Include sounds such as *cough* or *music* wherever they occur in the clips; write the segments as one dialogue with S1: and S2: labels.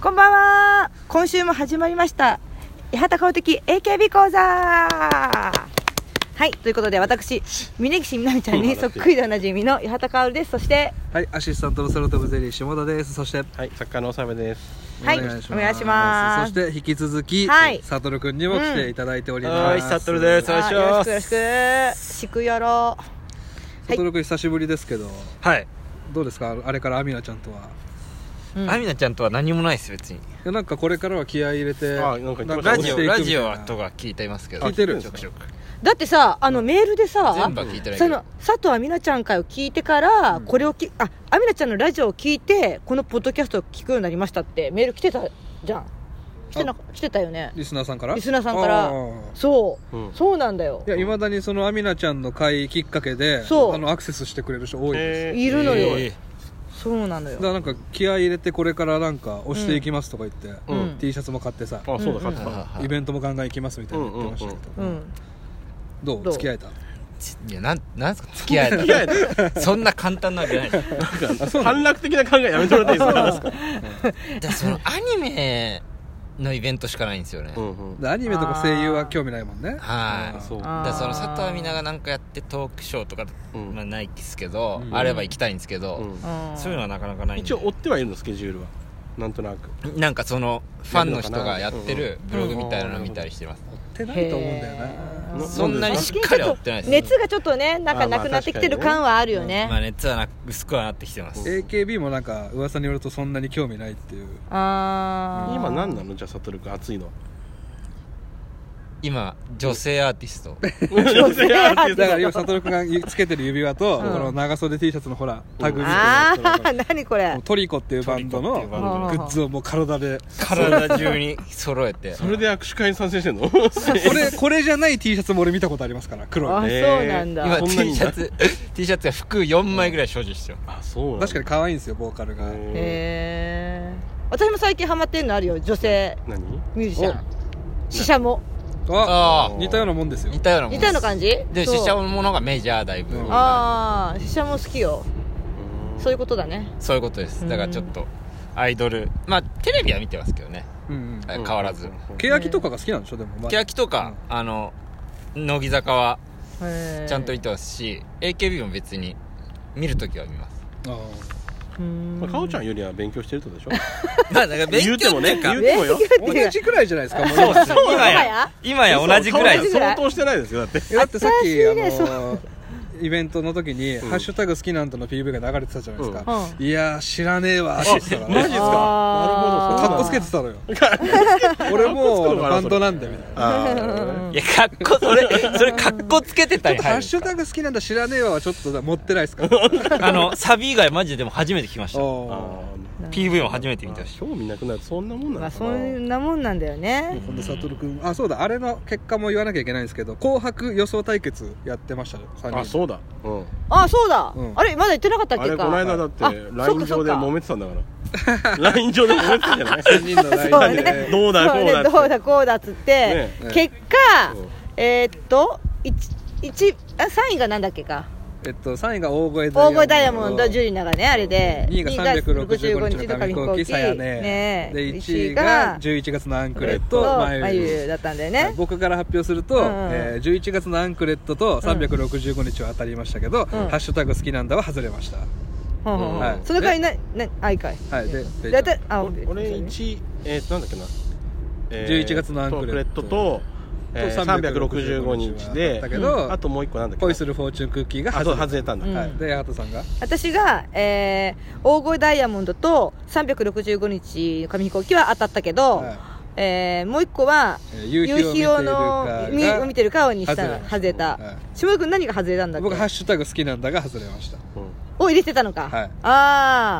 S1: こんばんは今週も始まりました八幡公的 AKB 講座はいということで私峯岸みなみちゃんにそっくりでおなじみの八幡薫ですそして
S2: はい、アシスタントのソロトムゼリー下田です。そして、
S3: はい、作家のおさめです。
S1: はいお願いします
S2: そして、引き続き、
S1: はい
S2: サトルくんにも来ていただいており
S3: うん
S2: ま
S3: はい
S2: す。
S3: サトルですお願いし
S1: あよろ
S3: ま
S1: しく
S3: す
S1: よろしくしくよろ
S2: サトルくん久しぶりですけど、
S3: はい。
S2: どうですかあれからアミナちゃんとは。
S1: うん
S4: アミナちゃんとは何もないです別
S2: い
S4: に
S2: やなんかこれからは気合い入れて、
S3: あなんか言ってました
S4: ラ
S3: ね
S4: ジ
S2: し
S4: オ
S2: ていくみたいな
S4: ラジオとか聞いていますけど
S2: 聞いてる
S4: ちょくちょく
S1: だってさあのメールでさ
S4: 全部は聞いてない
S1: そ
S4: けど
S1: の佐藤アミナちゃん会を聞いてから、これをきあアミナちゃんのラジオを聞いてこのポッドキャストを聞くようになりましたってメール来てたじゃん来てな来てたよね
S2: リスナーさんから
S1: リスナーさんから
S2: あー
S1: そう、
S3: うん
S1: そうなんだよ
S2: いや、いまだにそのアミナちゃんの会きっかけで、
S1: そう
S2: あの、アクセスしてくれる人多いです。
S1: いるのよ、
S4: え
S1: そうなのよ
S2: だからなんか気合い入れてこれからなんか押していきますとか言って、
S1: うん
S2: T シャツも買ってさ、
S3: あ、そうだ、勝った。
S4: ーはい
S2: イベントもガンガン行きますみたいなの言ってましたけど、
S1: うん
S2: どう
S1: どう
S2: 付き合えた
S4: いやなんなんすか付き合えたそんな簡単なわけないじ
S3: 短絡的な考えやめてもらっていいですか。
S4: ゃあそのアニメのイベントしかないんですよね、
S3: う
S4: はい
S3: んうん
S2: でアニメとか声優は興味ないもんね
S3: あそう。
S4: だからその佐藤アミナ
S1: が
S4: がなんかやってトークショーとか、
S3: うん
S4: まあ、ないですけど、
S2: うん
S4: あれば行きたいんですけど、
S3: う
S4: そういうのはなかなかな
S3: ん
S4: いんで
S3: 一応追ってはいるのスケジュールは。なんとなく。
S4: なんかそのファンの人がやってるブログみたいなの見たりしてます、
S2: ってないと思うんだよな
S3: うん
S4: そんなにしっかり追ってないです
S1: 熱がちょっとねなんかなくなってきてる感はあるよね,、
S4: まあ熱はな薄くはなってきてます、
S2: AKB もなんか噂によるとそんなに興味ないっていう
S1: あー
S3: 今何なのじゃあサトル君熱いのは。
S4: 今女性アーティスト
S3: 女性アーティスト
S2: だから今悟君がつけてる指輪と、
S1: うん
S2: この長袖 T シャツのほらタグみた
S1: あ
S2: いなやつとか
S1: ー何これ
S2: トリコっていうバンド
S3: トリコっていう
S1: バン
S2: の
S1: ド
S2: グッズをもう体
S1: *laughs*
S2: で
S4: 体中に揃えて
S3: それで握手会に参戦してんの。
S2: これこれじゃない T シャツも俺見たことありますから黒い
S1: あそうなんだ
S4: 今
S3: そんな
S4: T
S3: に
S4: シャツ T シャツが服4枚ぐらい所持してる、
S3: あ、そうなんだ。
S2: 確かに可愛いんですよボーカルが
S3: へ
S1: へえ私も最近ハマってんのあるよ女性
S3: ー。何。
S1: ミュージシャン死者も
S2: あ
S4: あ
S2: 似たようなもんですよ
S4: 似たようなもん
S1: 似たような感じ
S4: で
S1: そう
S4: 死者ものがメジャーだいぶ、
S2: うん
S1: ああ死者も好きよそういうことだね
S4: そういうことですだからちょっとアイドルまあテレビは見てますけどね
S2: うん
S4: 変わらず
S2: 欅とかが好きなんでしょでもまあ
S4: 欅とか、あの乃木坂は
S1: ち
S4: ちゃんと見てますし、AKB も別に見るときは見ます
S2: あー
S1: *laughs*
S3: まあ、かおちゃん
S1: よ
S3: よりは勉強してるってことでしょ
S4: まあだから勉強
S3: 言うてもね
S4: っていうか
S3: 言うて
S1: 勉
S3: も
S1: 強
S3: よ
S1: っていう
S2: 同
S1: か
S2: じくらいじゃないですかもう
S4: そうですね
S1: も
S4: 今
S1: は
S4: や
S1: や
S4: 今や同じぐらい
S1: そう
S4: です
S1: ぐらい
S3: 相当してないですよだって
S2: いやだってさっき、
S1: 新しいね
S2: あのイベントの時に「ハッシュタグ好きなんと」の PV が流れてたじゃないですか、
S1: う
S2: いやー知らねえわーって言ってたから
S3: マジっすか
S1: あー
S3: なるほどそうな
S2: かっ
S3: ん
S2: こ
S3: だ
S2: つけてたの
S3: *laughs*
S2: よ俺もうバンドなんでみたいな
S3: あー
S4: いやかっこそれそれかっこつけてた
S2: ちょっ
S4: んや
S2: と「ハッシュタグ好きなんだ知らねえわ」はちょっと持ってない
S1: *laughs*
S2: ですから
S4: あのサビ以外マジででも初めて聞きました
S2: おー
S3: あー
S4: PV も初めて見たし
S3: 興味なくなるそんなもんな
S1: まあ
S3: のか
S1: そ
S3: な、
S1: んなもんなんだよね
S2: 今度悟君あそうだあれの結果も言わなきゃいけないんですけど「紅白予想対決」やってましたね3人
S3: あそうだ、うん、
S1: あそうだ
S2: うん
S1: あれまだ言ってなかったっ
S3: あ
S1: け
S3: れこの
S1: か
S3: 間だって
S1: あ
S3: LINE 上で揉めてたんだ *laughs* から LINE 上で揉めてたんじゃない
S2: 3人のライ
S1: そう
S2: ン
S1: ね
S2: *laughs* で
S3: どうだ
S1: そ
S3: こうだ
S1: ねどうだこうだっつって
S2: ね
S1: 結果
S3: うん
S1: えーっと一一あ3位がなんだっけか
S2: えっと3位が大声
S1: 大声ダイヤモンドジュリナがねあれで
S2: 2位が365日の紙飛行機さやね
S1: ね
S2: で1位
S1: 位
S2: が
S1: が
S2: 11月のアンクレッ
S1: と
S2: トま
S1: ま
S2: ゆ
S1: ゆだったんだよね
S2: 僕から発表すると、
S1: うん
S2: えー11月のアンクレットと365日は当たりましたけど「ハッシュタグ好きなんだ」は外れました、
S1: ほうほうほう
S2: はい
S1: その代わりななあいかい
S2: はいで
S1: で
S2: で
S1: 私あ
S3: 俺俺1えー、なんだっけな、え
S2: 11月のアンクレット
S3: と、えー、365日で
S2: だけど、
S3: あともう一個なんだっけな
S2: 恋するフォーチュンクッキーが
S3: あそう
S2: 外れ
S3: 外れたんだ、
S1: うん
S2: はい、で八幡さんが
S1: 私が、えー、大声ダイヤモンドと365日の紙飛行機は当たったけど、
S2: はい
S1: えーもう一個は
S2: えー夕日を見ているか
S1: 夕日をのみ見てる顔にした
S2: 外れました
S1: 外れた
S2: はい
S1: 下田君何が外れたんだっけ
S2: 僕「ハッシュタグ好きなんだ」が外れました
S3: うん
S1: を入れてたのか、
S2: はい
S1: あ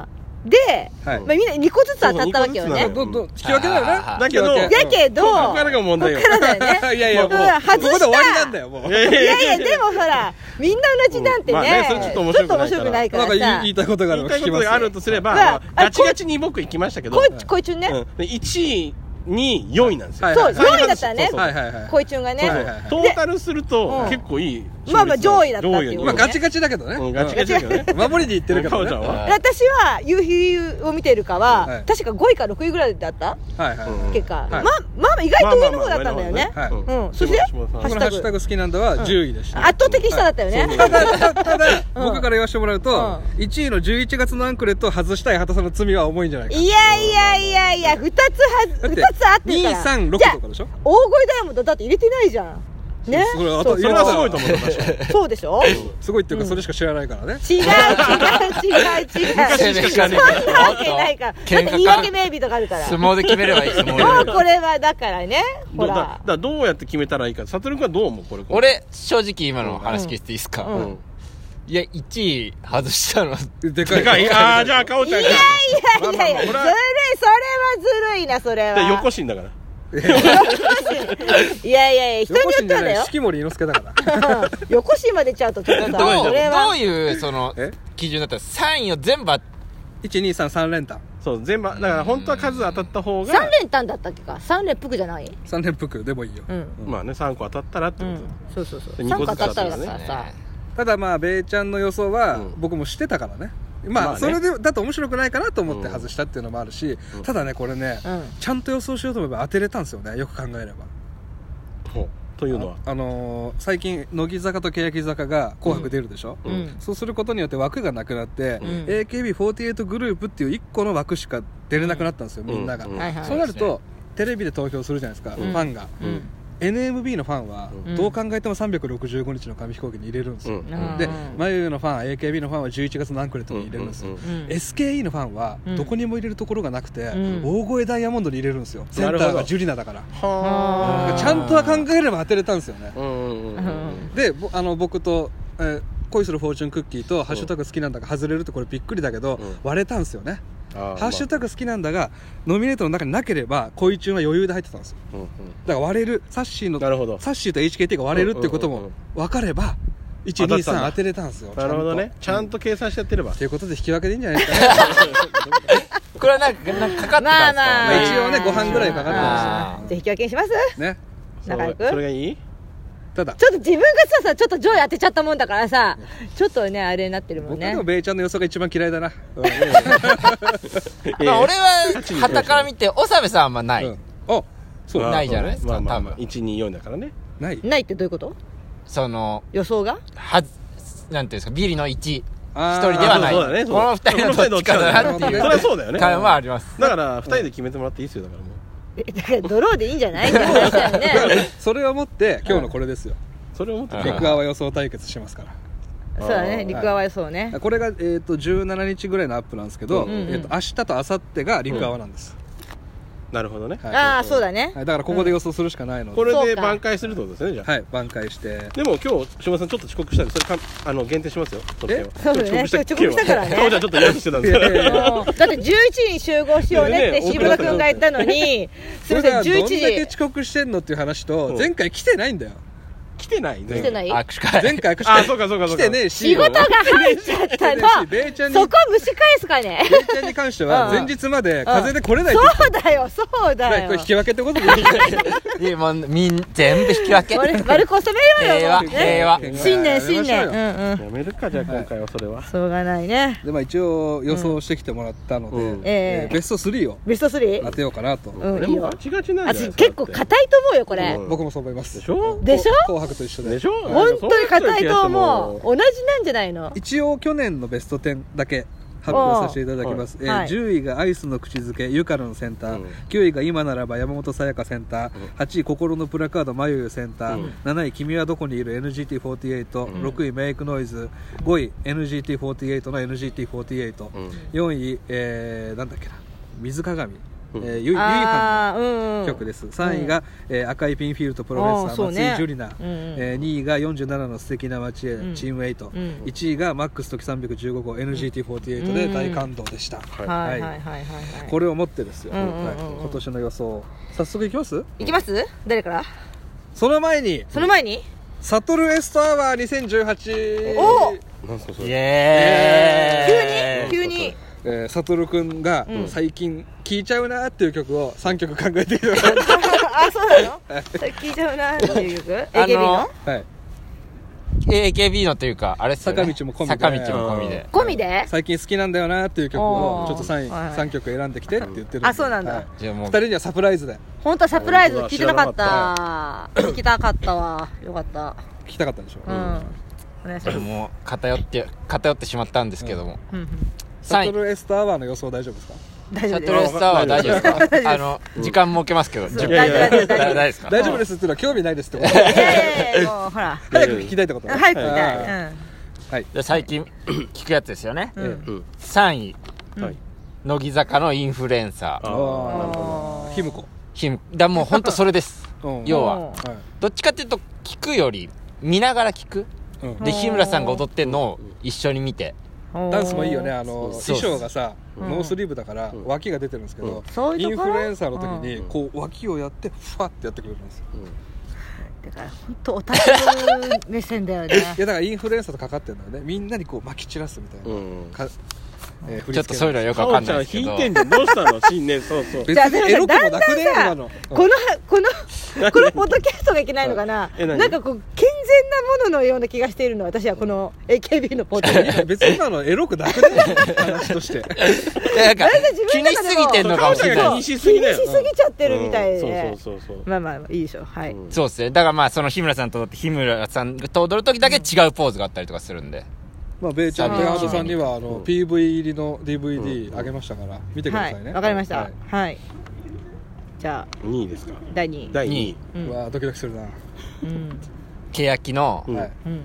S1: あで、
S2: はい、
S1: まあ、みんな2個ずつ当たったわけよ
S3: そ
S1: ね
S3: うそう二個ずつなのよ
S2: どど引き分けだよ
S4: あ
S2: な
S4: ー
S3: だけど
S2: 引き分
S1: だけど
S3: ここからが問題よ
S1: ここからだよね
S2: *laughs* いやいやもう
S1: だから
S2: ここで
S1: 外
S2: 終わり
S1: した
S2: なんだよもう
S3: いや
S1: い
S3: いやいや
S1: やいやでもほらみんな同じなんてね,、
S3: まあねそれちょっと面白くない
S1: ちょっと
S3: から
S1: 面白くないか
S2: なん
S1: ら
S2: か言い
S1: さ
S2: 言いたいことがあれ
S3: 言い
S2: ば
S3: たい
S2: 聞き
S3: こ
S2: ま
S3: と
S2: すよ
S3: があるとすれば、
S1: まあ
S3: まあガチガチに僕行きましたけど
S1: こいこいちゅんね、
S3: うん、で1位2位4位なんですよ、
S2: はい
S1: そう
S2: はい
S1: 4位だったらね
S3: そう
S2: はいはいはい
S1: こいちゅんがね、
S2: はいはい
S3: トータルすると
S1: うん
S3: 結構いい勝率
S1: まあまあ上位だったっていう
S3: 上位
S2: まあ
S1: ね
S2: ガチガチだけどね、
S3: うんガチガチだけどね
S2: うん守りに行ってるけどね
S3: 中尾ちゃんは
S1: 私は夕日を見てるかは、
S2: はい
S1: 確か5位か6位ぐらいだった
S2: はいはい、
S3: うん
S1: 結果、
S2: い
S1: まあまあ意外と上の方だったんだよね,、
S2: まあまあまあ
S1: うんそして
S3: 下
S1: ハ
S3: 田
S1: ッ
S2: こ
S1: シュ
S2: のハ
S1: タ
S2: ッシュタ
S1: グ
S2: グ好きなんだは10位でした、
S1: 圧倒的下だったよね、
S2: ただ、ただ、僕から言わせてもらうと、
S1: うん
S2: 1位の11月のアンクレットを外したい畑さんの罪は重いんじゃないか。
S1: いやいやいやいや2つは
S2: だっ
S1: 二
S2: て
S1: つあってるから
S2: 236
S1: じゃあ
S2: とかでしょ
S1: 大声ダイヤモンドだって入れてないじゃんね
S2: それあ
S1: そ
S2: と
S1: う
S2: 入
S3: そ
S2: れ
S3: れは
S2: なさ
S3: す
S2: い
S3: ごいと思うよ確かに
S1: そうでしょ
S2: すごいっていうか、それしか知らないからね。
S1: 違う違う違う違う
S4: 昔しか知らねえ
S1: そんなわけないからだって言い訳名義とかあるから
S4: *laughs* 相
S1: も
S4: 撲で決めればいい相撲
S1: う
S4: で
S1: これはだからねほ
S3: どだだ
S1: ら
S3: からどうやって決めたらいいか悟君はどう思うこれ
S4: 俺正直今の話聞いていいですか、
S1: うん
S3: うん
S4: いや1位外したの
S2: でかい。
S3: でかいああじゃあかお
S1: い
S3: ちゃ
S1: や
S3: ん
S1: い
S3: か
S1: やいやいやずるいそれはずるいなそれは
S3: で横進だから
S1: いやいやいや人によ
S2: 横
S1: って
S2: 心じ
S1: はだ
S2: ゃない、
S1: よ
S2: 四季森猪之助だから。
S1: うん横島出ちゃうとちょっと
S4: どう
S1: さ
S4: ど
S1: それは
S4: ういうその
S2: え
S4: 基準だったら3位を全部あ
S2: 1、2、3、3連単。
S3: そう全部だから本当は数当たった方が
S1: 三連単だったっけか三連服じゃない
S2: 3連服でもいいよ。
S1: うん
S3: まあね3個当たったらって
S1: う
S3: こ
S1: んそうそうそう
S3: で
S1: 3
S3: 二
S1: 個
S3: 個
S1: 当
S3: ずつ
S1: たったら
S3: 当た
S1: さ
S3: る
S1: さ
S2: ただまあ、ベイちゃんの予想は
S3: うん、
S2: 僕もしてたからね。
S3: ま
S2: ま
S3: あ
S2: あ、
S3: ね
S2: それで、だと面白くないかなと思って外したっていうのもあるし
S3: う、ん
S2: ただね、これね
S1: うん、
S2: ちゃんと予想しようと思えば当てれたんですよね、よく考えれば。
S3: と、というのは
S2: あのー最近乃木坂と欅坂が「紅白」出るでしょ、
S1: うんうん
S2: そうすることによって枠がなくなって、
S1: うん
S2: AKB48 グループっていう1個の枠しか出れなくなったんですよ、みんなが、
S3: うん
S1: はいはい
S2: そうなると、テレビで投票するじゃないですか、
S1: うん
S2: ファンが、
S1: うん
S2: NMB のファンは、
S1: うん
S2: どう考えても365日の紙飛行機に入れるんです
S3: うん
S2: よ、
S1: うん
S2: で眉毛のファン AKB のファンは11月のアンクレットに入れるんです
S3: う
S2: よ、
S3: んうん
S1: うん
S2: SKE のファンは
S1: うん
S2: どこにも入れるところがなくて、
S1: うん
S2: 大声ダイヤモンドに入れるんですよセン
S3: なる
S2: タ
S3: ほど
S2: ーがジュリナだから
S1: あー
S2: ちゃんとは考えれば当てれたんですよね、
S3: うんうんうんうん
S2: でぼあの僕と、えー恋するフォーチュンクッキーと「ハッシュタグ好きなんだ」が外れるってこれびっくりだけど、
S3: うん
S2: 割れたんですよね、
S3: ハ
S2: ハッシュタグ好きなんだがノミネートの中になければ恋チュンは余裕で入ってたんですよ
S3: うんうん
S2: だから割れるサッシーの
S3: なるほど
S2: サッシーと HKT が割れるってこと
S3: うんうん
S2: も
S3: うん
S2: 分かれば
S3: 当たったんだ
S2: 123当てれたんですよ
S3: なるほどねちゃ
S2: とうん
S3: と計算してやってれば
S2: ということで引き分けでいいんじゃないですかね
S4: これはなんかなんかかかってたんですか、
S1: まあまあ
S2: 一応ねご飯ぐらいかかって
S4: ま
S1: じゃあ引き分けにします
S2: ね *laughs*
S3: そう
S1: 仲良
S3: そ
S1: く
S3: れがいい
S2: ただ
S1: ちょっと自分がささちょっと上位当てちゃったもんだからさちょっとねあれになってるもん
S2: 僕
S1: ね
S2: でもベイちゃんの予想が一番嫌いだな、
S4: *laughs* まあ俺は旗から見て長部さんはあんまない、
S2: うんあそう
S4: まあないじゃないですか
S3: まあまあま
S4: 多
S3: あ
S4: 分
S3: 124だからね
S2: ない
S1: ないってどういうこと
S4: その
S1: 予想が *laughs*
S4: はずなんていうんですかビリの1一
S2: あー
S4: 人ではない
S3: そうだねそう
S4: この二人のどっちかだなって
S2: この二人のどっちかだなって
S4: い
S2: いう
S4: う
S2: そ
S3: りゃそうだよね
S4: 感はあります
S3: だから2人で決めてもらっていいですよだからもう
S1: えだからドローでいいんじゃないって話だよ
S2: *laughs*
S1: ね
S2: *laughs* それをもって今日のこれですよ
S3: それを思って
S4: うん
S2: 陸泡予想対決しますから
S1: そうだね陸泡予想ね
S2: これが、えー、と17日ぐらいのアップなんですけど、
S3: うん
S1: うん
S2: えー、と明日と明後日が陸泡なんです、
S3: なるほどね
S2: はい
S1: ああそうだね
S2: はい、だからここで予想するしかないので、
S3: これ
S1: そう
S3: で
S1: か
S3: 挽回するってことですねじゃあ
S2: はい挽回して
S3: でも今日島田さんちょっと遅刻したんでそれかあの限定しますよ得点は
S1: そうだね
S3: ちょっと
S1: 今日遅刻したからね
S3: 今日はちょっと予約してたんです
S2: いやいやい
S3: よ
S4: *laughs*
S1: もうだって11時に集合しようねって
S3: ね
S1: 渋田君が言ったのにすいません
S2: これが
S1: 11
S2: どんだ
S1: 時
S2: け遅刻してんのっていう話と、
S3: うん
S2: 前回来てないんだよ
S3: 来てない
S1: 来
S3: 来
S1: てない
S4: 握手会
S2: 前回来て
S3: あそうかそうかそう
S2: 来
S3: か
S2: てねえし
S1: 仕事が入っちゃった
S2: 来てねえしベイちゃん
S1: の
S2: に
S1: そこ蒸し返すかね
S2: ベイちゃんに関しては
S1: うん
S2: 前日まで風邪で来れないって言って
S1: そうだよそうだ
S2: こ
S1: よ
S2: れ引き分けってことでいいんじ
S1: *laughs*
S2: ゃない
S4: いやもうみん全部引き分け
S1: 丸丸く収めようよ
S4: 平和
S1: もう
S2: *laughs*
S4: 平和
S1: ね新年新年
S2: やめまし
S1: うんうん
S3: やめるかじゃあ今回はそれは
S1: しょうがないね
S2: でまあ一応予想してきてもらったので、
S3: うん
S1: ええ
S2: ベスト3を
S1: ベスト 3?
S2: 当てようかなと、
S1: うん
S3: 俺
S1: いい
S3: も
S1: よ
S3: ガチガチなんじゃない
S1: 私結構硬いと思うよこれ、
S3: うん
S2: 僕もそう思います
S3: でしょ
S1: でしょ
S2: 紅白と一緒で
S3: でしょ
S1: 本当に硬いと思う同
S3: う
S1: じなんじゃないの
S2: 一応去年のベスト10だけ発表させていただきます、
S1: おう
S2: えー
S1: はい
S2: 10位が「アイスの口づけ」ゆかるのセンター、
S3: うん
S2: 9位が「今ならば」山本さやかセンター、8位「心のプラカード」まゆゆセンター、
S3: うん
S2: 7位「君はどこにいる」NGT48、6位「メイクノイズ」5位「NGT48」の NGT48、
S3: うん
S2: 4位、えー、なんだっけな水鏡、
S3: うん
S2: えー、ゆいゆいはんの
S1: ああーうんうん
S2: 曲です3位が、えー赤いピンフィールドプロフェッサー
S1: あーそう
S2: 松井
S1: ね
S2: 樹里奈、
S1: うんうん
S2: えー2位が47の素敵な街へ、
S1: ん
S2: チームエイト、
S1: ん
S2: 1位がマックス時315号 NGT48 で大感動でした、
S3: い
S1: はいはいはいはいはい
S2: これを持ってですよ、
S1: うんうんうんうん
S2: はい今年の予想早速いきます
S1: いきます誰から
S2: その前に
S1: その前に
S2: サトルエストアワー2018
S1: お
S3: なんすかそ
S4: イ
S3: れ
S4: エーイ
S1: 急に急に
S2: えー、サトルくんが
S1: うん
S2: 最近聴いちゃうなーっていう曲を3曲考えて
S1: *laughs*
S2: いただき
S1: あそうな
S2: *laughs*
S1: のそれ聞いちゃうなっていう曲 AKB の
S2: はい、
S4: AKB のというかあれっすよね
S2: 坂道も込みで
S4: 坂道も込みで
S1: ゴミで
S2: 最近好きなんだよなーっていう曲を
S1: おー
S2: ちょっと 3,
S1: はい
S2: 三曲選んできてって言ってるで
S1: あそうなんだ
S2: はい
S4: じゃあも
S2: 二
S4: う
S2: 人にはサプライズで
S1: 本当はサプライズ聞いてなかっ
S3: 知ら
S1: た聞きたかったわよかった
S2: 聴きたかったんでしょ、
S1: うんお願いします
S4: もう偏って偏ってしまったんですけども、
S1: うんうん
S2: サ
S4: 三
S2: ト
S4: 位
S2: ルエスターアワーの予想大丈夫ですか
S1: 大
S4: シ
S1: 丈夫
S4: ャ
S1: で
S4: トル
S1: す
S4: エスターは大丈夫ですかあの時間設けますけど
S1: そう
S4: 10
S1: 大丈夫大丈夫
S4: 大丈
S1: 大丈夫
S4: 夫ですか
S2: 大丈夫ですっていうのは興味ないですってこと
S1: いやいやいやもうほ
S2: *laughs*
S1: ら
S2: 早く聞きたいってこと
S1: 早く聞き
S2: あー
S1: たい
S4: じゃあ最近聞くやつですよね、
S1: うんうん
S3: うん
S4: 3位
S3: はい
S4: 乃木坂のインフルエンサー
S3: あ
S2: あーなるほ
S1: おー
S2: どひむこ
S4: ひんだもう本当それです
S2: うん
S4: 要
S1: お
S4: は
S1: ー
S2: はい
S4: どっちかっていうと聞くより見ながら聞く
S2: うん
S4: で日村さんが踊ってんのを一緒に見て
S2: ダンスもいいよねあの
S4: そう
S2: 衣装がさ
S1: うん
S2: ノースリーブだから脇が出てるんですけど
S1: そう
S2: イ
S1: いうと
S2: ン
S1: こ
S2: フ
S1: ろ
S2: ルエンサーの時に
S3: うん
S2: こう脇をやってふわってやってくれるんですよ
S1: だから本当オタク目線だよね
S2: いやだからインフルエンサーとかかってるんだよねみんなにこうまき散らすみたい
S3: うん
S2: な
S3: うん
S2: かえー振
S4: ち
S2: り
S4: ょ
S2: 付
S4: っと
S2: け
S4: そういうのはよくわかんないですけ
S3: か
S4: ど
S3: おちゃん引いてんじゃんどうしたの新年そうそう
S2: 別にエロくもなくね今の
S1: このこ
S2: *laughs*
S1: のこのポッドキャストがいけないのかな
S3: え何
S1: なんかこう健全なもののような気がしているの私はこの AKB のポッドキャ
S2: *laughs*
S1: ス
S2: うん別に今のエロくなくね話として
S4: なんか
S1: 大体自
S4: 気
S1: 分の
S4: にし
S1: 中ですも
S4: ぎてんのかもしれ
S3: そう気
S4: ない
S1: ト
S3: にしすぎだよ
S1: 気にしすぎちゃってるみたい
S3: うん
S1: で
S3: そうそうそうそう
S1: まあまあまあいいでしょうはい、
S3: うん
S4: そうですねだからまあその日村さんと踊って日村さんと踊る時だけ違うポーズがあったりとかするんで
S2: まあベイちゃんと
S1: あー
S2: ヤハトさんにはあ
S3: う
S2: の
S3: ん
S2: PV 入りの DVD あげましたから見てくだ
S1: は
S2: さいね
S1: いわかりましたは
S2: はい
S1: い、じゃあ
S3: 2位ですか
S1: 第2位
S3: 第2位
S1: う
S2: うんわードキドキするな
S1: うん
S4: 欅の
S3: うん
S2: はい
S1: うん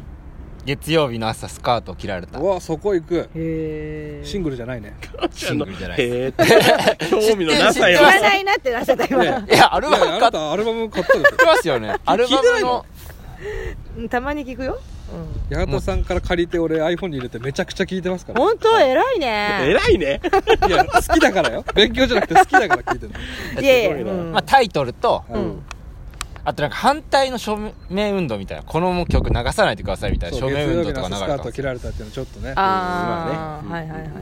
S4: 月曜日の朝スカートを着られた
S2: うわそこ行く
S1: へえ
S2: シングルじゃないね
S4: シングルじゃないです
S3: へえって興味のなさ
S1: 知
S3: よ
S1: らないなってなっちゃった今、
S2: ね
S4: いやアル
S2: い
S4: バム
S2: やあ
S4: 買
S2: な
S4: って
S2: たアルバム買ったでしょ
S4: ますよねアルバムの
S1: うんたまに聞くよ、う
S2: 八幡さんから借りて俺 iPhone に入れてめちゃくちゃ聞いてますか
S1: ん、
S2: ら
S1: 本当偉いね
S3: 偉いね
S2: いや好きだからよ勉強じゃなくて好きだから聞いてる
S1: いやいや
S3: すごいな
S1: うん
S4: まあ、タイトルと
S2: うん
S1: うん
S4: あとなんか反対の署名運動みたいなこの曲流さないでくださいみたいな
S2: そ
S4: 署
S2: う
S4: 名
S2: 月曜
S4: 運
S2: 日
S4: 動
S2: の
S4: とか
S2: 朝ス
S4: 流
S2: カ
S4: れ
S2: ー
S4: たん
S2: ト
S4: です
S2: 切
S4: よ
S2: られたっていうのちょっとね
S1: ああ、
S3: まあ
S1: はい
S3: ね
S1: はいはいはい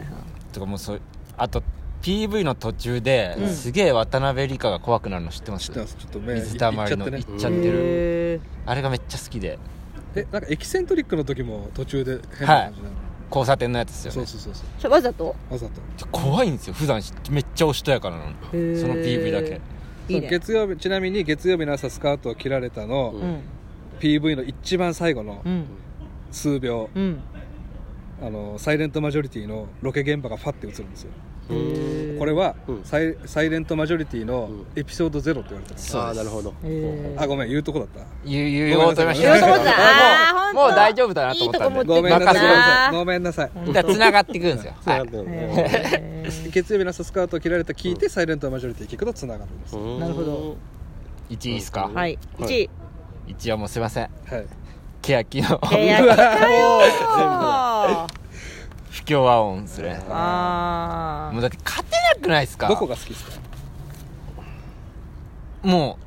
S4: とかもうそうあと PV の途中で、
S1: うん
S4: すげえ渡辺梨香が怖くなるの知ってます
S2: 知ってますちょっと目いっ
S4: 水
S2: ちゃ
S4: た
S2: っ
S4: まりの
S2: て
S4: い
S2: ね
S4: っちゃってる
S1: へ
S4: あれがめっちゃ好きで
S2: えなんかエキセントリックの時も途中で変な感じなの
S4: 交差点のやつですよ
S2: そ
S4: ね
S2: うそうそうそう
S1: ーそれわざと
S2: わざと
S4: 怖いんですよ普段しめっちゃおしとやかなのに
S1: その
S4: その PV だけ
S1: いいね
S2: 月曜日ちなみに月曜日の朝スカートを切られたの、
S3: う
S1: うん
S2: PV の一番最後の
S1: うん
S2: 数秒、
S1: うん
S2: あのサイレントマジョリティのロケ現場がファって映るんですよ
S3: うん
S2: これは、
S3: うん
S2: サイサイレントマジョリティの
S3: うん
S2: エピソードゼロって言われてます、
S3: ああなるほど
S1: へー
S2: あごめん言うとこだった
S4: 言う言おうと思いまし
S2: 言
S4: た
S2: おうと思って
S1: たあー
S4: もう
S1: ほんと
S4: もう大丈夫だなと思ったんで
S1: いいとこ
S2: ごめんな
S1: 任せてくだ
S2: さ
S1: さ
S2: い
S1: い
S2: ごめんなさい
S1: ほんと
S4: だから繋がっていくんですよ、
S3: つ
S4: は
S3: ないがってるね
S1: へ
S2: *laughs*
S1: ー
S2: 月曜日の朝スカートを切られた聞いて、サイレントマジョリティ聞くとつながるんです、
S3: うん
S1: なるほど
S4: 1位ですか、
S1: はい
S3: はい
S1: 1位
S4: 一応もうすいません
S2: はい
S4: 欅の
S1: えー *laughs* やったよー
S4: 不協和音ですね
S1: あ
S4: もう
S1: ー
S4: だって勝てなくないですか
S2: どこが好きですか
S4: もう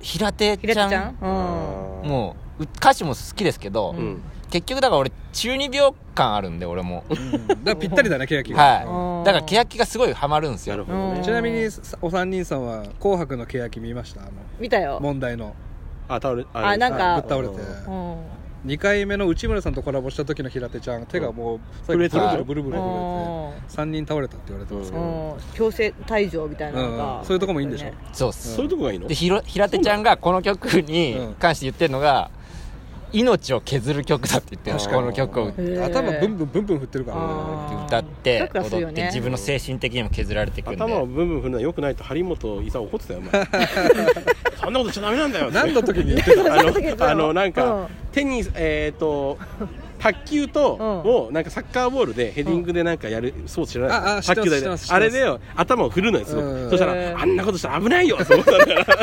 S4: 平手
S1: ひら
S4: ちゃ
S1: た
S4: ん
S1: ちゃんうん
S3: あー
S4: もうう歌詞も好きですけど、
S3: うん
S4: 結局だから俺中二病感あるんで俺も
S2: うんだからぴったりだねケヤキが、
S1: う
S4: は
S1: ん
S4: いだから欅がすごいハマるんです
S3: なる
S4: よ
S3: ほど
S1: うん
S3: ね
S2: ちなみにさお三人さんは「紅白」のケヤキ見ましたあの
S1: 見たよ
S2: 問題の
S3: あ倒れ
S1: あなんか
S2: ぶっ倒れて
S1: うん
S2: 2回目の内村さんとコラボした時の平手ちゃん手がもう最後
S3: 震えてる
S2: ブルブルブルブル震え
S1: うん
S2: て3人倒れたって言われてますけ
S1: う
S2: ど、
S1: ん強制退場みたいなの
S2: う
S1: が
S2: んそういうとこもいいんでしょ
S1: ね
S4: そうっす、
S3: そういうとこがいいの
S4: でひろ平手ちゃんがこの曲に関して言ってるのが命を削る曲だって言ってるんです
S3: 確か
S4: こ
S3: に
S4: の曲を歌って
S1: へー
S2: 頭ブンブンブンブン振ってるからね
S1: あー
S4: 歌って
S1: ワクワクする
S4: 踊
S1: よ
S4: って
S1: ね
S4: 自分の精神的にも削られていくんで
S3: 頭をブンブン振るのはよくないと張本勲怒ってたよお前そんなことしちゃダメなんだよ
S2: 何の時に言ってた
S3: あ
S1: そんなこと言ってた
S3: の
S1: の
S3: あのなん
S1: うん
S3: かテニスえっと卓球と
S1: うん
S3: をなんかサッカーボールでヘディングでなんかやるそう知ら
S2: あ
S3: な
S2: あ
S3: い
S2: 知って
S3: 卓
S2: ま
S3: 球台
S2: す知って
S3: で
S2: ます知ってます
S3: あれでよ頭を振るのよすご
S2: うん
S3: くそした
S1: へー
S3: らあんなことしたら危ないよって思ったんだよ
S1: *laughs*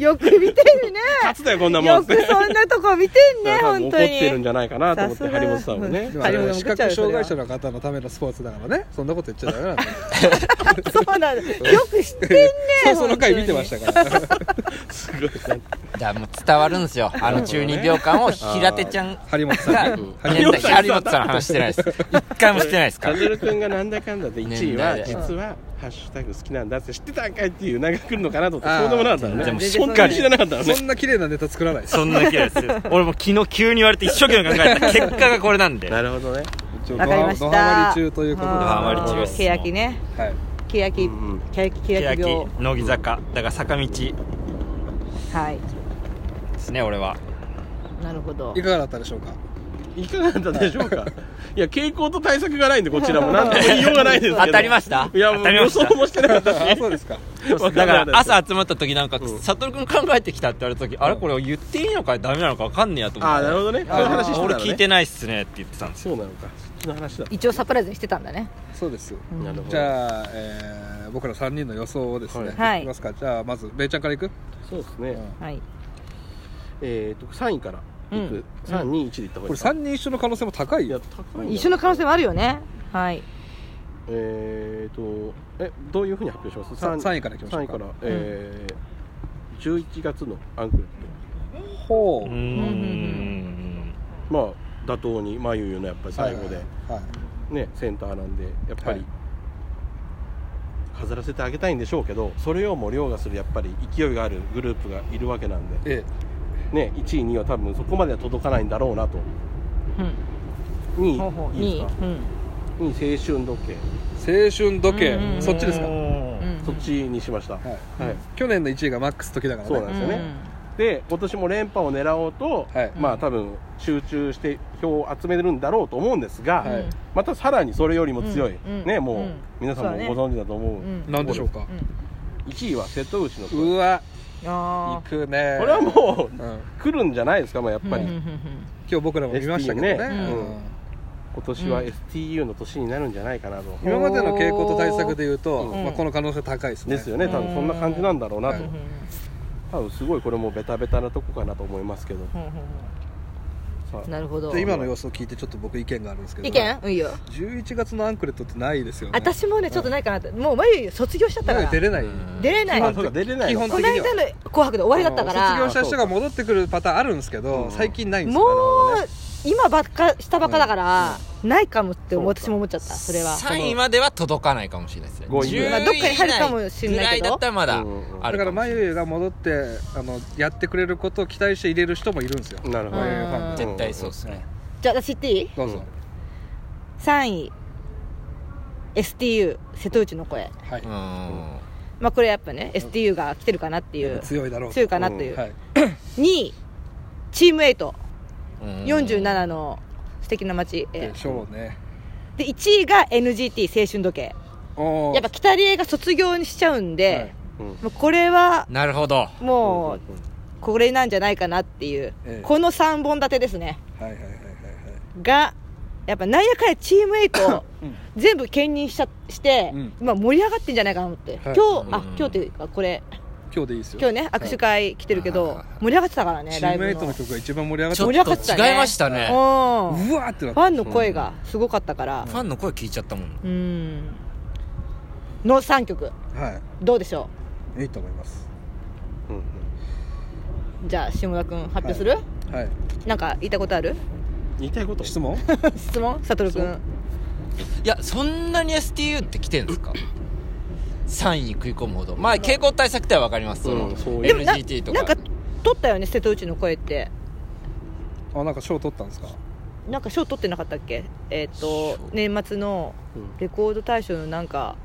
S1: よく見てるね
S3: 勝つだよこんなも
S1: よ
S3: ん
S1: くそんなとこ見てんね
S3: *laughs* 多分
S1: 本
S3: 怒
S1: 当
S3: っ
S1: に
S3: てるんじゃないかなと思って
S1: さすが
S3: 張本さんもね
S2: でもあれは視覚障害者
S1: の
S2: の方のためのスポーツだからねそんなこと言っちゃダメなんだよ
S1: そうなんだよく知ってんね
S2: そうその回見てましたから
S3: すごい
S4: だからもう伝わるんですよあの12秒間を平手ちゃんが
S2: 張本さんね
S4: 年
S3: 張本
S4: 代
S3: さん
S4: 張本さんの話してないです一回もしてないですか
S3: カ
S4: ら
S3: ズル君がなんだかんだで1位は
S4: 年代で
S3: 実は「ハッシュタグ好きなんだ」って知ってたんかいっていう流れ来るのかなと思っ
S2: あ
S3: て
S2: ー
S3: そうでもなかったのね
S4: でも
S3: そんなに知らなかったのね
S2: そんな綺麗なネタ作らないです
S4: *laughs* そんな気がする俺も昨日急に言われて一生懸命考えた結果がこれなんで
S3: なるほどね
S2: 一応
S1: わかりました
S2: ドハマり中ということで
S1: ん
S4: ドハマり中です
S1: ケヤキね
S2: はい
S1: ケヤキ
S3: うんうん
S1: ケヤキケヤ
S4: 欅
S1: キ病
S4: 乃木坂だから坂道で
S1: はい
S4: すね俺は
S1: なるほど
S2: いかがだったでしょうか
S3: いかがだったでしょうかいや傾向と対策がないんでこちらも何とも言いようがないですけど
S4: 当たりました
S3: いやも
S4: 当
S3: う
S4: たり
S3: 予
S4: ました
S3: 想もしてなかったし
S2: あそうですか
S4: だ
S3: わ
S4: か
S3: んない
S4: ら朝集まった時なんか
S3: ん
S4: 悟君考えてきたって言われた時あれこれ言っていいのかダメなのか分かんねえやと思
S3: ああ
S4: って
S3: なるほどねそういう話してたのね
S4: 俺聞いてないっすねって言ってたんですよ
S3: そうなのかそっちの話だ
S1: 一応サプライズにしてたんだね
S2: そうです
S3: なるほど
S2: じゃあ、えー僕ら3人の予想をですね、
S1: はい
S2: いきますかじゃあまずべイちゃんからいく
S3: そうですね
S1: はい
S3: えっと3位から
S1: う
S3: い
S1: ん
S3: く321でいった方が
S2: これ
S3: いいか
S2: 3人一緒の可能性も高い
S3: い
S2: よ
S3: や高いな
S1: 一緒の可能性もあるよねはい
S3: えっとえどういうふうに発表します
S2: さ
S3: 三
S2: 三位からいきましょうか
S3: 三位からえー11月のアンクルって
S2: ほう、
S4: うーん
S3: まあ妥当にまあゆゆのやっぱり最後で
S2: はい
S3: ねセンターなんでやっぱ
S2: はい
S3: り飾らせてあげたいんでしょうけどそれをも凌駕するやっぱり勢いがあるグループがいるわけなんで
S2: え
S3: ね1位2位は多分そこまでは届かないんだろうなと
S1: うんほうほ
S3: 2
S1: う
S3: 位いいです
S1: 2
S3: か
S1: 位うん
S3: に青春時計
S2: え青春時計、
S1: うんうんうん
S2: そっちですか、
S4: う
S2: は
S4: ーん
S1: うん
S3: そっちにしました、はい
S2: い、去年の1位がマックス時だからね
S3: そうなんですよねで今年も連覇を狙おうと、
S2: はい
S3: まあ多分集中して票を集めるんだろうと思うんですが、
S2: はい
S3: またさらにそれよりも強い、
S1: うんうん
S3: ねもう、
S1: うん
S3: 皆さん
S1: そうだ
S3: も
S1: ね
S3: ご存知だと思う、
S1: うん
S2: なんでしょうか、
S3: 1位は瀬戸内の
S2: う
S3: 声
S2: わ
S1: あ
S2: 行
S1: あ
S2: くね
S3: これはも
S2: うん、今
S3: う来るんじゃないですか、まあ、やっぱり、
S1: うん
S2: 日僕らも見ましたけどね
S3: ST ね
S2: うん
S3: うん今年は STU の年になるんじゃないかなと、
S2: 今までの傾向と対策でいうと、
S1: うん
S2: まあ、この可能性高いですね
S3: ですよね多分そんな感じなんだろうなと、
S2: うん
S3: 多分すごいこれもベタベタなとこかなと思いますけどさ
S1: なるほど
S2: で今の様子を聞いてちょっと僕意見があるんですけど
S1: 意見うんいいよ
S2: 11月のアンクレットってないですよね
S1: 私もねちょっとないかなってもう眉卒業しちゃった
S2: な
S1: か
S2: んから出れない、
S1: 出れない
S3: あ
S1: こ
S3: そうか出れない
S2: 基
S3: の
S2: 本
S3: か
S2: 的
S1: の
S2: に
S1: 間
S2: は
S1: の「紅白」で終わりだったか
S2: あの
S1: ら
S2: 卒業した人が戻ってくるパターンあるんですけど、
S3: うん
S2: 最近ないんです
S1: も
S2: よ
S1: う今ばっかしたばっかだからないかもって私も思っちゃったそれは
S4: 3位までは届かないかもしれないですね
S3: 五位ぐらい
S1: まあどっかに入るかもしれないけど
S4: ぐらだったらまだ
S3: うんうん
S4: あ
S2: だ
S4: る
S2: か
S4: からも
S2: ま
S4: しれない
S2: ゆゆが戻ってあのやってくれることを期待して入れる人もいるんですよ、
S3: なるほ
S2: こ
S3: ど
S2: う
S1: うん
S2: いうファンで
S4: 絶対そうですね
S1: じゃあ私言っていい
S2: どうぞ、
S1: 3位 STU 瀬戸内の声
S2: はい、
S4: うーん
S1: まあこれやっぱね STU が来てるかなっていう
S2: 強いだろう
S1: 強いかなという
S2: はい、
S1: 2位チーム8
S4: うん
S1: 47の素敵な街え
S2: でしょうね
S1: で1位が NGT 青春時計
S2: おー
S1: やっぱ北理恵が卒業にしちゃうんで、
S2: はい
S3: うん
S1: もうこれは
S4: なるほど
S1: もうこれなんじゃないかなっていう、
S2: ええ
S1: この3本立てですね
S2: はいはいはいはい
S1: がやっぱなんやかんやチーム8を
S2: うん
S1: 全部兼任しちゃして、
S2: うん
S1: 今盛り上がってんじゃないかなと思って、
S2: はい
S1: 今日、
S4: う
S1: あ
S4: ん
S1: 今日っていうかこれ
S2: 今日でいいですよ
S1: 今日ね握手会来てるけど、
S4: はい
S1: 盛り上がってたからね
S2: チ
S1: ライ
S2: ー
S1: ブ
S2: ム
S1: の
S2: エイトの曲が一番盛り上がっ
S4: ち
S2: た
S4: ょ
S1: 盛
S4: っ
S1: り
S4: と
S1: 上がってたね
S4: 違いましたね
S1: うん
S2: うわーってなっ
S1: フ
S2: た
S1: ァンの声がすごかったから
S4: ファンの声聞いちゃったもん
S1: うんの3曲
S2: は
S1: どうでしょ
S2: いいいと思います
S3: うんうん
S1: うじゃあ下田君発表する、
S2: はい
S1: なんか言いたいことあ
S2: *laughs*
S1: る
S3: 言いたいこと
S2: 質問
S1: *laughs* 質問悟君
S4: いやそんなに STU って来てんですか3位に食い込むほどまあ傾向対策っては分かりますその
S3: うんそう
S1: でもな
S4: NGT と
S1: なんか
S4: か
S1: 取ったよね瀬戸内の声って
S2: あなんか賞取ったんですか
S1: なんか賞取ってなかったっけえっ、と
S4: 賞
S1: 年末の
S3: うん
S1: レコード大賞のなんか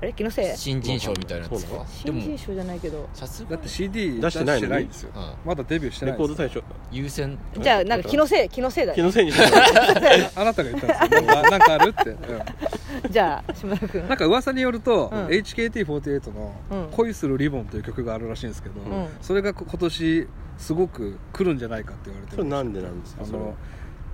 S1: あれ気のせい
S4: 新人賞みたいなやつですかで
S1: 新人
S4: も
S1: 賞じゃないけど
S4: さす
S2: だ
S4: が
S2: って
S4: に
S2: CD
S3: 出してないのに
S2: 出んですよ
S4: うん
S2: まだデビューして
S3: レ
S2: ない
S3: コ
S2: で
S3: ード
S2: すよ
S3: 大賞
S4: 優先
S1: じゃあなんか気のせい気のせいだね
S3: 気のせいにして
S2: あなたが言った
S1: *laughs*
S2: んですよなんかなんかあるって、う
S1: じゃあ下田君
S2: んなんか噂によると、
S1: うん
S2: HKT48 の
S1: うん
S2: 「恋するリボン」という曲があるらしいんですけど、
S1: ん
S2: それが今年すごく来るんじゃないかって言われて
S3: それ
S2: る
S3: なんでなんです
S2: あ
S3: かそれは
S2: の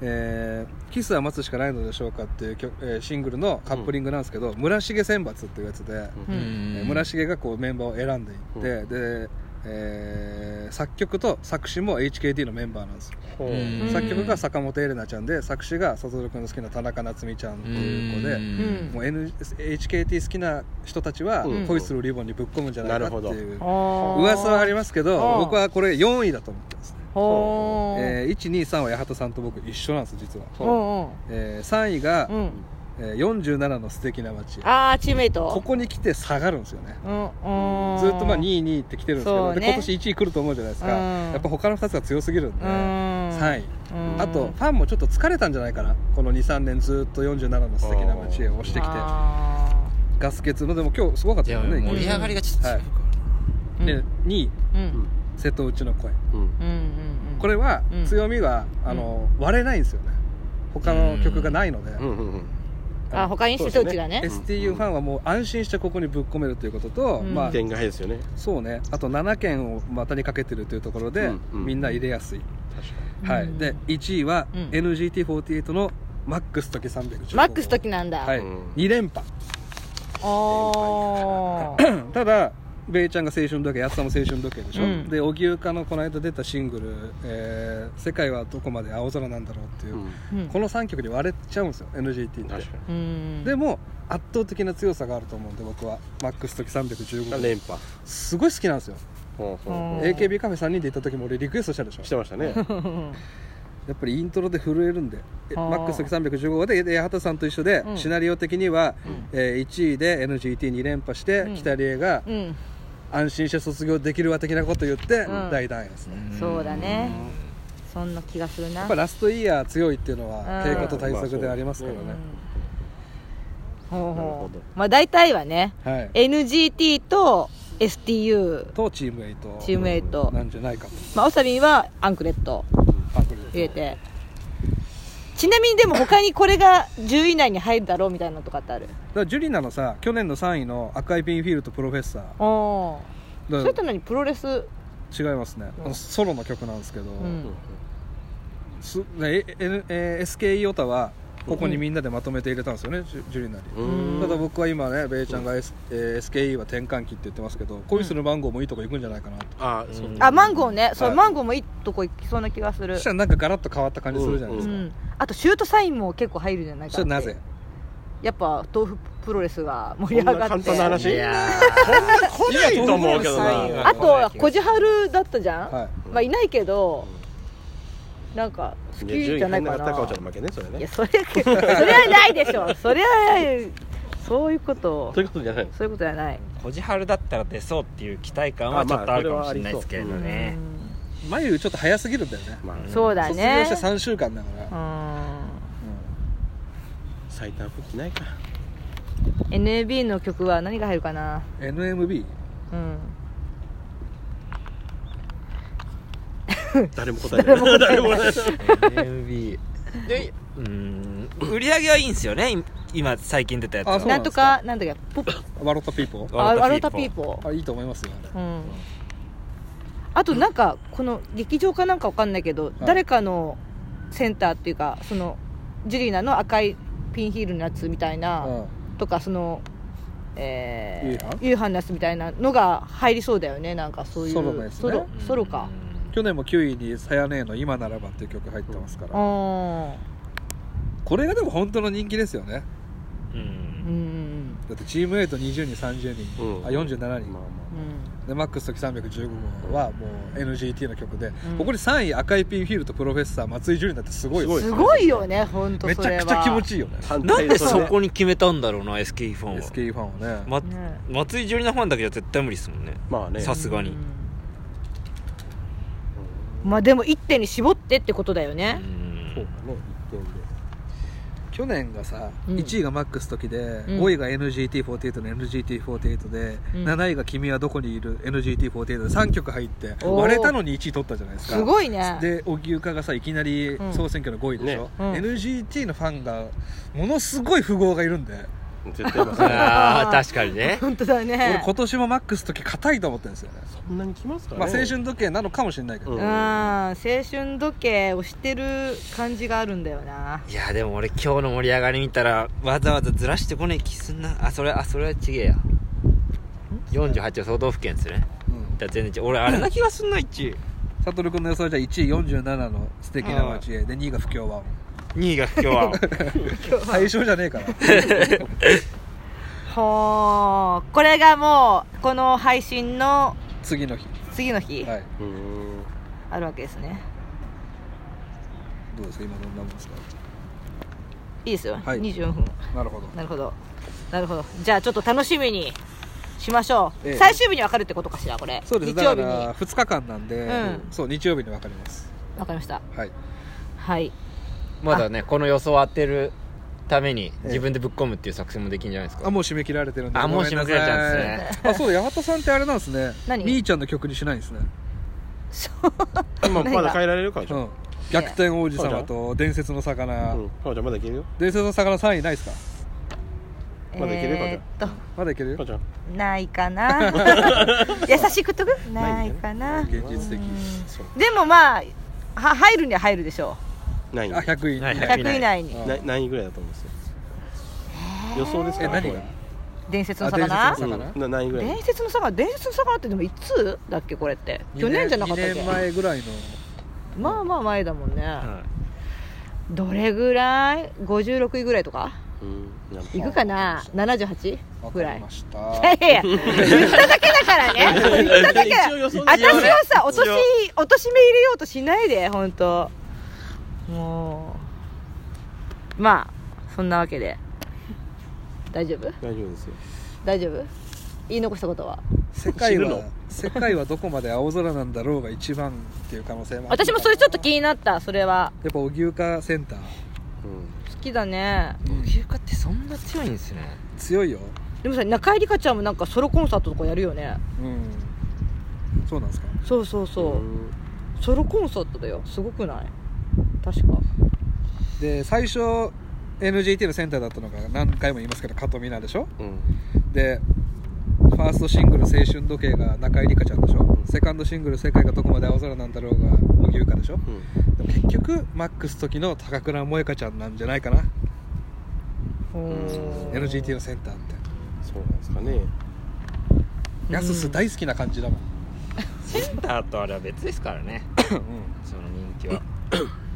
S2: えーキスは待つしかないのでしょうか」っていう曲、えーシングルのカップリングなんですけど「村重選抜」っていうやつで、
S1: う
S4: うんん
S2: えー村重がこうメンバーを選んでいって、でえー作曲と作詞も HKT のメンバーなんですよ
S3: ほう
S4: うん
S2: 作曲が坂本エレナちゃんで作詞が悟君の好きな田中夏実ちゃんっていう子で
S1: ん
S2: もう N HKT 好きな人たちは
S3: うん
S2: 恋するリボンにぶっ込むんじゃないかっていう噂
S1: 噂
S2: はありますけど
S1: あー
S2: 僕はこれ4位だと思ってますね、
S1: ほう
S2: えー、123は八幡さんと僕一緒なんです実は、
S1: ほうほ
S2: えー、3位が
S1: う、うん
S2: えー、47の素敵な街
S1: ああチームメイト
S2: ここに来て下がるんですよね
S1: うんうん
S2: ずっとまあ2位2位って来てるんですけ
S1: そ
S2: ど、
S1: う
S2: で
S1: ね
S2: 今年1位来ると思うじゃないですか、
S1: うん
S2: やっぱ他の2つが強すぎるんで、
S1: うん
S2: 3位
S1: うん
S2: あとファンもちょっと疲れたんじゃないかなこの23年ずっと47の素敵な街を押してきて
S1: あ
S2: ガス欠のでも今日すごかった
S4: で
S2: よ
S4: も
S2: ね
S4: 盛り上がりがちょっと違うか
S1: ー
S4: ら
S2: で2位
S1: うん
S2: 瀬戸内の声
S3: うん
S1: うんうんうん
S2: これは
S1: うん
S2: 強みは、あの割れないんですよね他の曲がないので、
S3: うんうんうん
S1: あ他に瀬戸内がね
S2: そうです STU ファンはもう安心してここにぶっ込めるということと、
S1: うん
S2: まあ
S3: 点が早いですよね
S2: そうねあと7件を股にかけてるというところで、
S3: うんうん
S2: みんな入れやすい、
S3: 確か
S2: は
S1: う
S2: い
S1: ん
S2: で1位は
S1: うん
S2: NGT48 のマックス時315
S1: マックス時なんだ
S2: はい、
S3: うん
S2: 2連覇
S1: おー
S2: ただベイちゃんが青春時計安さんも青春時計でしょ、
S1: うん
S2: で荻生かのこの間出たシングル、えー世界はどこまで青空なんだろう」っていう、
S3: に
S1: うん
S2: この3曲に割れちゃうんですよ NGT って
S3: うん確か
S1: うん
S2: でも圧倒的な強さがあると思うんで僕はマックス時
S3: に
S2: 315
S3: 連覇
S2: すごい好きなんですよ
S3: ほうほうほ
S1: うん
S3: う
S2: AKB カフェ3人で行った時も俺リクエストしたでしょ
S3: してましたね
S2: やっぱりイントロで震えるんでえ
S1: あー
S2: マックス時315でで八幡さんと一緒で、
S1: うん
S2: シナリオ的には、えー1位で NGT2 連覇して、
S1: うん
S2: 北里英が
S1: うん
S2: 安心して卒業できるわ的なこと言って、
S1: うん
S2: 大団円ですね、
S1: そうだねそんな気がするな
S2: やっぱラストイヤー強いっていうの
S1: う
S2: は
S1: ん
S2: 傾向と対策でありますからね
S1: うん、ほうほ
S3: なるほど
S1: うまあ大体はね
S2: はい
S1: NGT と STU
S2: とチーム8
S1: チームメイト
S2: なんじゃないかと
S1: まあおさびんはアンクレット
S2: パンクリ
S1: 入れてちなみにでも他にこれが10位以内に入るだろうみたいなのとかってある
S2: だからジュリナのさ去年の3位の赤いピンフィールドプロフェッサー
S1: おー
S2: だ
S1: それと何プロレス
S2: 違いますね、あのソロの曲なんですけど、
S1: うん
S2: すえええ SKE オタはここにみんなでまとめて入れたんですよね、ジュジュリナに、
S3: うん
S2: ただ僕は今ねベイちゃんが、S えー SKE は転換期って言ってますけど恋するマンゴーもいいとこ行くんじゃないかなと、
S3: あそう
S4: うん
S1: あマンゴーねそう、
S2: はい
S1: マンゴーもいいとこ行きそうな気がする
S2: そしたらなんかガラッと変わった感じするじゃないで
S1: う
S2: すか、
S1: ん、あとシュートサインも結構入るじゃないか
S2: それなぜ
S1: やっぱ豆腐プロレスが盛り上がって
S3: こんな簡単な話
S4: いや
S3: 来ないと思うけど
S2: 今どう思う
S3: な
S1: あとは小じはるだったじゃん、
S2: はい
S1: まあいないけどなんか好きじゃないか
S3: 順位入んなかったかお
S1: な
S3: ちゃんの負けねそれ
S1: いや
S3: ね
S1: それそれはないでしょそれはそういうこと
S3: そういうことじゃないの
S1: そういうことじゃない
S4: ーこじはるだったら出そうっていう期待感はちょっとあるかもしれないですけどね
S2: 眉ちょっと早すぎるんだよね
S3: まあ
S1: そうだね
S2: 卒業して3週間だから、
S1: う
S3: 最短復帰ないか
S1: ん NAB の曲は何が入るかな
S2: NMB
S1: うん
S3: 誰も答えない誰も答えない
S4: MV でうん売り上げはいいんですよね今今最近出たやつは
S2: あそう
S1: な
S2: なんん
S1: と
S2: です
S1: か
S2: か
S1: なんだっけポッ
S2: ワロタピーポー
S1: ア
S4: ワ
S1: ロ
S4: ロ
S1: タ
S4: タ
S1: ピ
S4: ピ
S1: ー
S4: ーポ
S1: ポ
S2: あいいと思いますよあれ
S1: うんあとなんかこの劇場かなんかわかんないけど、誰かのセンターっていうかそのジュリーナの赤いピンヒールのやつみたいな、
S2: うん
S1: とかそのえ
S2: 夕飯
S1: ー、夕飯のやつみたいなのが入りそうだよねなんかそういう
S2: ソロのやつね
S1: ソロ
S4: うん
S1: ソロか
S2: 去年も9位に「さやねえの今ならば」っていう曲入ってますか
S1: う
S2: ら
S1: ん
S2: これがでも本当の人気ですよね
S4: う
S1: うん
S4: ん
S1: うん
S2: だってチーム8 20人30人、
S3: うん
S2: あ47人、
S3: まあまあ
S2: でマックス時315号はもう NGT の曲で、
S1: ん
S2: ここに3位赤いピンフィールドプロフェッサー松井樹里だってすごいよ
S1: うんすごいよね本当
S2: め
S1: そ
S2: ち
S1: れ
S2: ゃ
S1: は
S2: くちゃ気持ちいいよね
S3: 単
S4: なん
S3: 体
S4: で
S3: れ
S4: そこに決めたんだろうな SK ファンは、
S2: SKE ファンはね、
S4: ま
S1: ね
S4: 松井ジュリナファンだけじゃ絶対無理ですもんね
S3: まあね
S4: さすがに
S1: まあでも一点に絞ってってことだよ
S4: う
S1: ね
S4: ん
S3: そうだね一点で
S2: 去年がさ、
S1: うん
S2: 1位がマックス時で、
S1: ん
S2: 5位が NGT48 の NGT48 で、
S1: うん
S2: 7位が「君はどこにいる ?NGT48」で3曲入って
S1: おー
S2: 割れたのに1位取ったじゃないですか
S1: すごいね
S2: で荻生がさいきなり
S1: うん
S2: 総選挙の5位でしょ
S3: ね、
S1: うん
S2: NGT のファンがものすごい富豪がいるんで、
S3: 絶対まさ
S4: あー確かにね
S1: *laughs* 本当だ
S2: 俺
S1: ね
S2: 今年もマックス時硬いと思ってるんですよね
S3: そんなに来ますかね
S2: まあ、青春時計なのかもしれないけど、
S3: う
S1: うん
S3: ん
S1: 青春時計をしてる感じがあるんだよない
S4: やでも俺今日の盛り上がり見たらわざわざずらしてこねえ気すんなあそれあそれはちげえや48は総道府県ですね
S2: うん
S4: ったら全然違う俺あれな気がすんな1位
S2: サトル君の予想じゃ1位47の素敵な街へで2位が不協和音
S4: 2位が今日は
S2: 最初じゃ
S1: *laughs*
S2: ねえから
S1: ほーこれがもうこの配信の
S2: 次の日
S1: 次の日
S2: はい
S3: うん
S1: あるわけですね、
S2: どうですか今どんなもんですか
S1: い、いですよ、
S2: はい
S1: 24分
S2: なるほど
S1: なるほどなるほどじゃあちょっと楽しみにしましょう、
S2: ええ
S1: 最終日に分かるってことかしらこれ
S2: そうです
S1: 日
S2: だか
S1: 曜日に
S2: ら2日間なんで、
S1: うん
S2: そう日曜日に分かります
S1: 分かりました
S2: はい
S1: はい
S4: まだねこの予想を当てるために自分でぶっ込むっていう作戦もできるんじゃないです
S2: あ
S4: か
S2: もう締め切られてるんで
S4: あも
S2: ご
S4: う
S2: めんなさい
S4: 締め切られちゃうんです
S2: あそうだ八幡さんってあれなんですね
S1: 何
S2: みーちゃんの曲にしないんですね
S1: そう
S3: まあ
S1: 何が
S3: まだ変えられるかじ
S2: う
S3: ゃん
S2: ん逆転王子様と伝説の魚、
S3: うんかおちゃんまだいけるよ
S2: 伝説の魚3位ないですか
S3: まだいけるかじゃ
S1: えー、っ
S2: まだいける
S3: かお
S2: よ
S3: ちゃん
S1: とないか
S2: *laughs*
S1: な優しく言っとくないかな
S2: 現実的
S3: そう
S1: でもまあは入るには入るでしょ
S3: 何位
S2: あ100位
S4: はいうはい
S1: 100位以内に
S2: うん
S3: な何位ぐらいだと思うんですよ予想ですか
S2: え何が
S1: 伝説の魚
S2: あ伝説の魚
S3: うんな何位ぐらい
S1: 伝説の魚伝説の魚ってでもいつだっけこれって去年じゃなかったっ
S2: 2
S1: け
S2: 年前ぐらいの
S1: まあまあ前だもんね、
S4: は
S1: どれぐらい56位ぐらいとか
S3: うんなんか
S1: いくかな78
S2: わ
S1: ぐ
S2: からり
S1: い
S2: ました
S1: いやいや言っただけだからね言っただけ
S3: 一応予想ですよ
S1: 私
S3: ね
S1: をさおとしおとしめ入れようとしないで本当もうまあそんなわけで大丈夫
S3: 大丈夫ですよ
S1: 大丈夫言い残したことは
S2: 世界
S3: 知る
S2: は
S3: の
S2: 世界はどこまで青空なんだろうが一番っていう可能性もある
S1: 私もそれちょっと気になったそれは
S2: やっぱ荻生かセンター
S3: うん
S1: 好きだね
S4: い休暇ってそんな強いんですね
S2: 強いよ
S1: でもさ中井梨花ちゃんもなんかソロコンサートとかやるよね
S2: うんそうなんですか
S1: そうそうそう、
S3: ん
S1: ソロコンサートだよすごくない確か
S2: で最初 NGT のセンターだったのが何回も言いますけど加藤美奈でしょ
S3: うん
S2: でファーストシングル「青春時計」が中井梨花ちゃんでしょセカンドシングル「世界がどこまで青空なんだろう」が荻生かでしょ
S3: うん
S2: でも結局マックス時の高倉萌香ちゃんなんじゃないかな NGT のセンターって
S3: そうなんですかね
S2: ヤスス大好きな感じだもん、
S4: センターとあれは別ですからねその人気は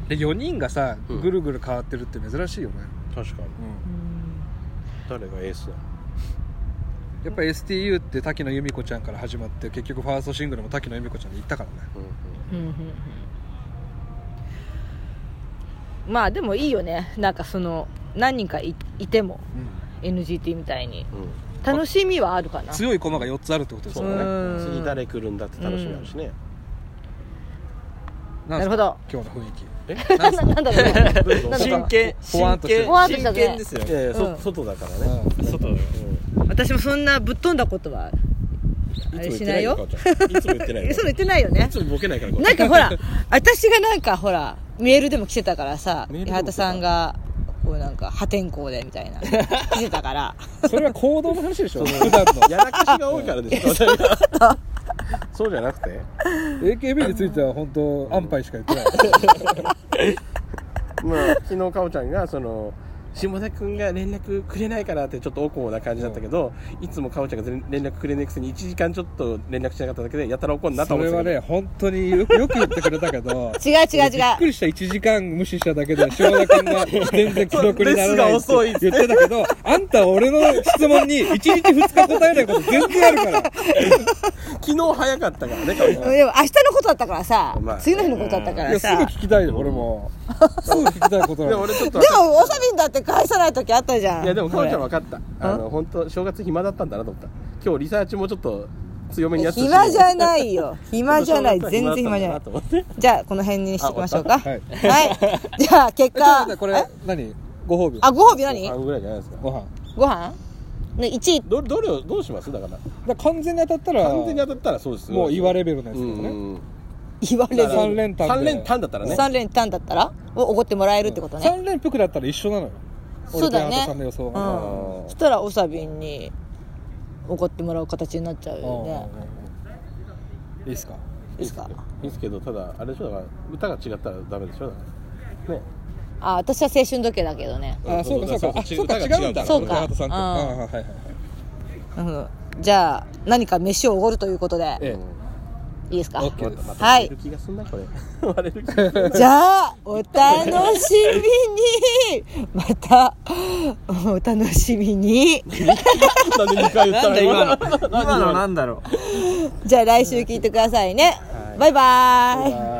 S2: で4人がさ
S3: うん
S2: ぐるぐる変わってるって珍しいよね、
S3: 確かに
S1: うん
S3: 誰がエースだ
S2: やっぱ STU って滝野由美子ちゃんから始まって結局ファーストシングルも滝野由美子ちゃんに行ったからね
S3: うんう
S1: う
S3: ん
S1: んうんうんまあでもいいよねなんかその何人かいいても NGT みたいに
S3: うん
S1: 楽しみはあるかな
S2: 強い駒が4つあるってことです
S3: そ
S2: よ
S3: う
S2: ね
S1: う
S3: だ
S1: ん
S3: ね次誰来るんだって楽しみあるしね
S2: な
S1: なん
S2: す
S1: る
S2: か
S1: ほど
S2: 今日の雰囲気
S1: な *laughs* なんだろうね
S3: どうぞ
S1: なんだ
S4: 真剣
S2: ほわん
S4: 真
S2: として
S4: 剣
S2: る
S1: ほわんとした
S4: 真
S1: ね
S4: 剣ですよ
S3: いやいや
S1: うん
S3: そ外だからね
S4: 外だよ
S1: 私もそんなぶっ飛んだことは
S3: うん
S1: あれしないよ
S3: いつも言ってない
S1: え
S3: よ
S1: そう言
S3: かおち
S1: ってないよ
S3: ゃんい
S1: ね
S3: つもボケないから
S1: *laughs*
S3: こ
S1: なんかほら私がなんかほらメールでも来てたからさ
S3: メールでも
S1: 八
S3: 来てた
S1: 幡さんがこうなんか破天荒でみたいな来てたから
S2: それは行動の話でし *laughs* ょ普段の
S3: やらかしが多いからでしょ *laughs* そうじゃなくて
S2: AKB については本当安牌しか
S3: *laughs*
S2: 言ってない
S3: まあ昨日かおちゃんがその下田君が連絡くれないからってちょっとおこな感じだったけど、いつもかおちゃんが全連絡くれないくせに1時間ちょっと連絡しなかっただけでやたら怒んなと
S2: そ
S3: 思っ
S2: れ
S3: てた
S2: はね本当によくよく言ってくれたけど
S1: 違う違う
S2: びっく
S1: 違う
S2: りした1時間無視しただけで島田君が全然記録にならないって
S3: そうレスが遅いっ
S2: 言ってたけどあんたは俺の質問に1日2日答えないこと全然ある
S3: *laughs*
S2: から
S3: 昨日早かったからねかおちゃ
S1: で
S3: ん
S1: も明日のことだったからさ、
S3: まあ
S1: 次の日のことだったか
S2: い
S1: ら
S2: やすぐ
S1: さ
S2: 聞きたいよ俺もすぐ聞きたいことな
S3: で
S2: の
S3: 俺ちょっ
S1: で
S3: と
S1: もおさびんだって返さない時あったじゃん
S3: いやでもかおちゃん
S1: は
S3: 分かったあの本当正月暇だったんだなと思った今日リサーチもちょっと強めにやってたし
S1: 暇じゃないよ暇じゃない
S3: ちょっ
S1: 全
S3: と正
S1: 然
S3: 月は
S1: 暇じゃ
S3: だ
S1: な
S3: ないと思って
S1: じゃあこの辺にしておきましょうか
S2: あ
S1: はい、
S2: 終
S1: じゃあ結
S2: えちょっと待っ
S1: 果
S2: てこ
S1: え
S2: れ何ご褒美
S1: あご褒美
S3: ご
S1: 何
S3: 飯ぐらいじゃないですか
S2: ご飯
S1: ご飯ね1位
S3: どどれをどうしますだから
S2: だから完全に当たったら
S3: 完全に当たったらそうです
S2: もう岩レ
S3: ベ
S2: ベルのやつだよね
S1: 言われ
S2: だから
S1: る
S2: 三連単で
S3: 3連単だったらね
S1: 3連単だったらをおごってもらえるってことね
S2: 3連服だったら一緒なのよ
S1: そうだね
S2: 俺と矢田さんの予想が
S1: うん
S3: あ
S1: そしたらおさびんに怒ってもらう形になっちゃうよね
S2: いいっすか
S1: いいですか
S3: いいですけどただあれでしょだから歌が違ったらダメでしょだからね
S1: あ私は青春時計だけどね
S2: あそうかそうかあそうか違うんだ
S1: そうか
S2: 高畑さんと
S1: うん
S2: あはいはいはい
S1: なるほどじゃあ何か飯をおごるということで、
S2: ええ
S1: いいですか
S2: OK です
S3: また
S1: はい
S3: 割れる気がすんなこれ割れる気がすんな
S1: じゃあお楽しみに *laughs* またお楽しみ
S2: *laughs*
S1: に
S3: なんで2回言った
S4: なん
S3: の
S4: だ今の
S3: 今
S4: *laughs* 今
S3: の
S4: の
S3: な
S4: なんだろう
S1: じゃあ来週聞いてくださいね、
S3: はい
S1: バイバイ
S3: は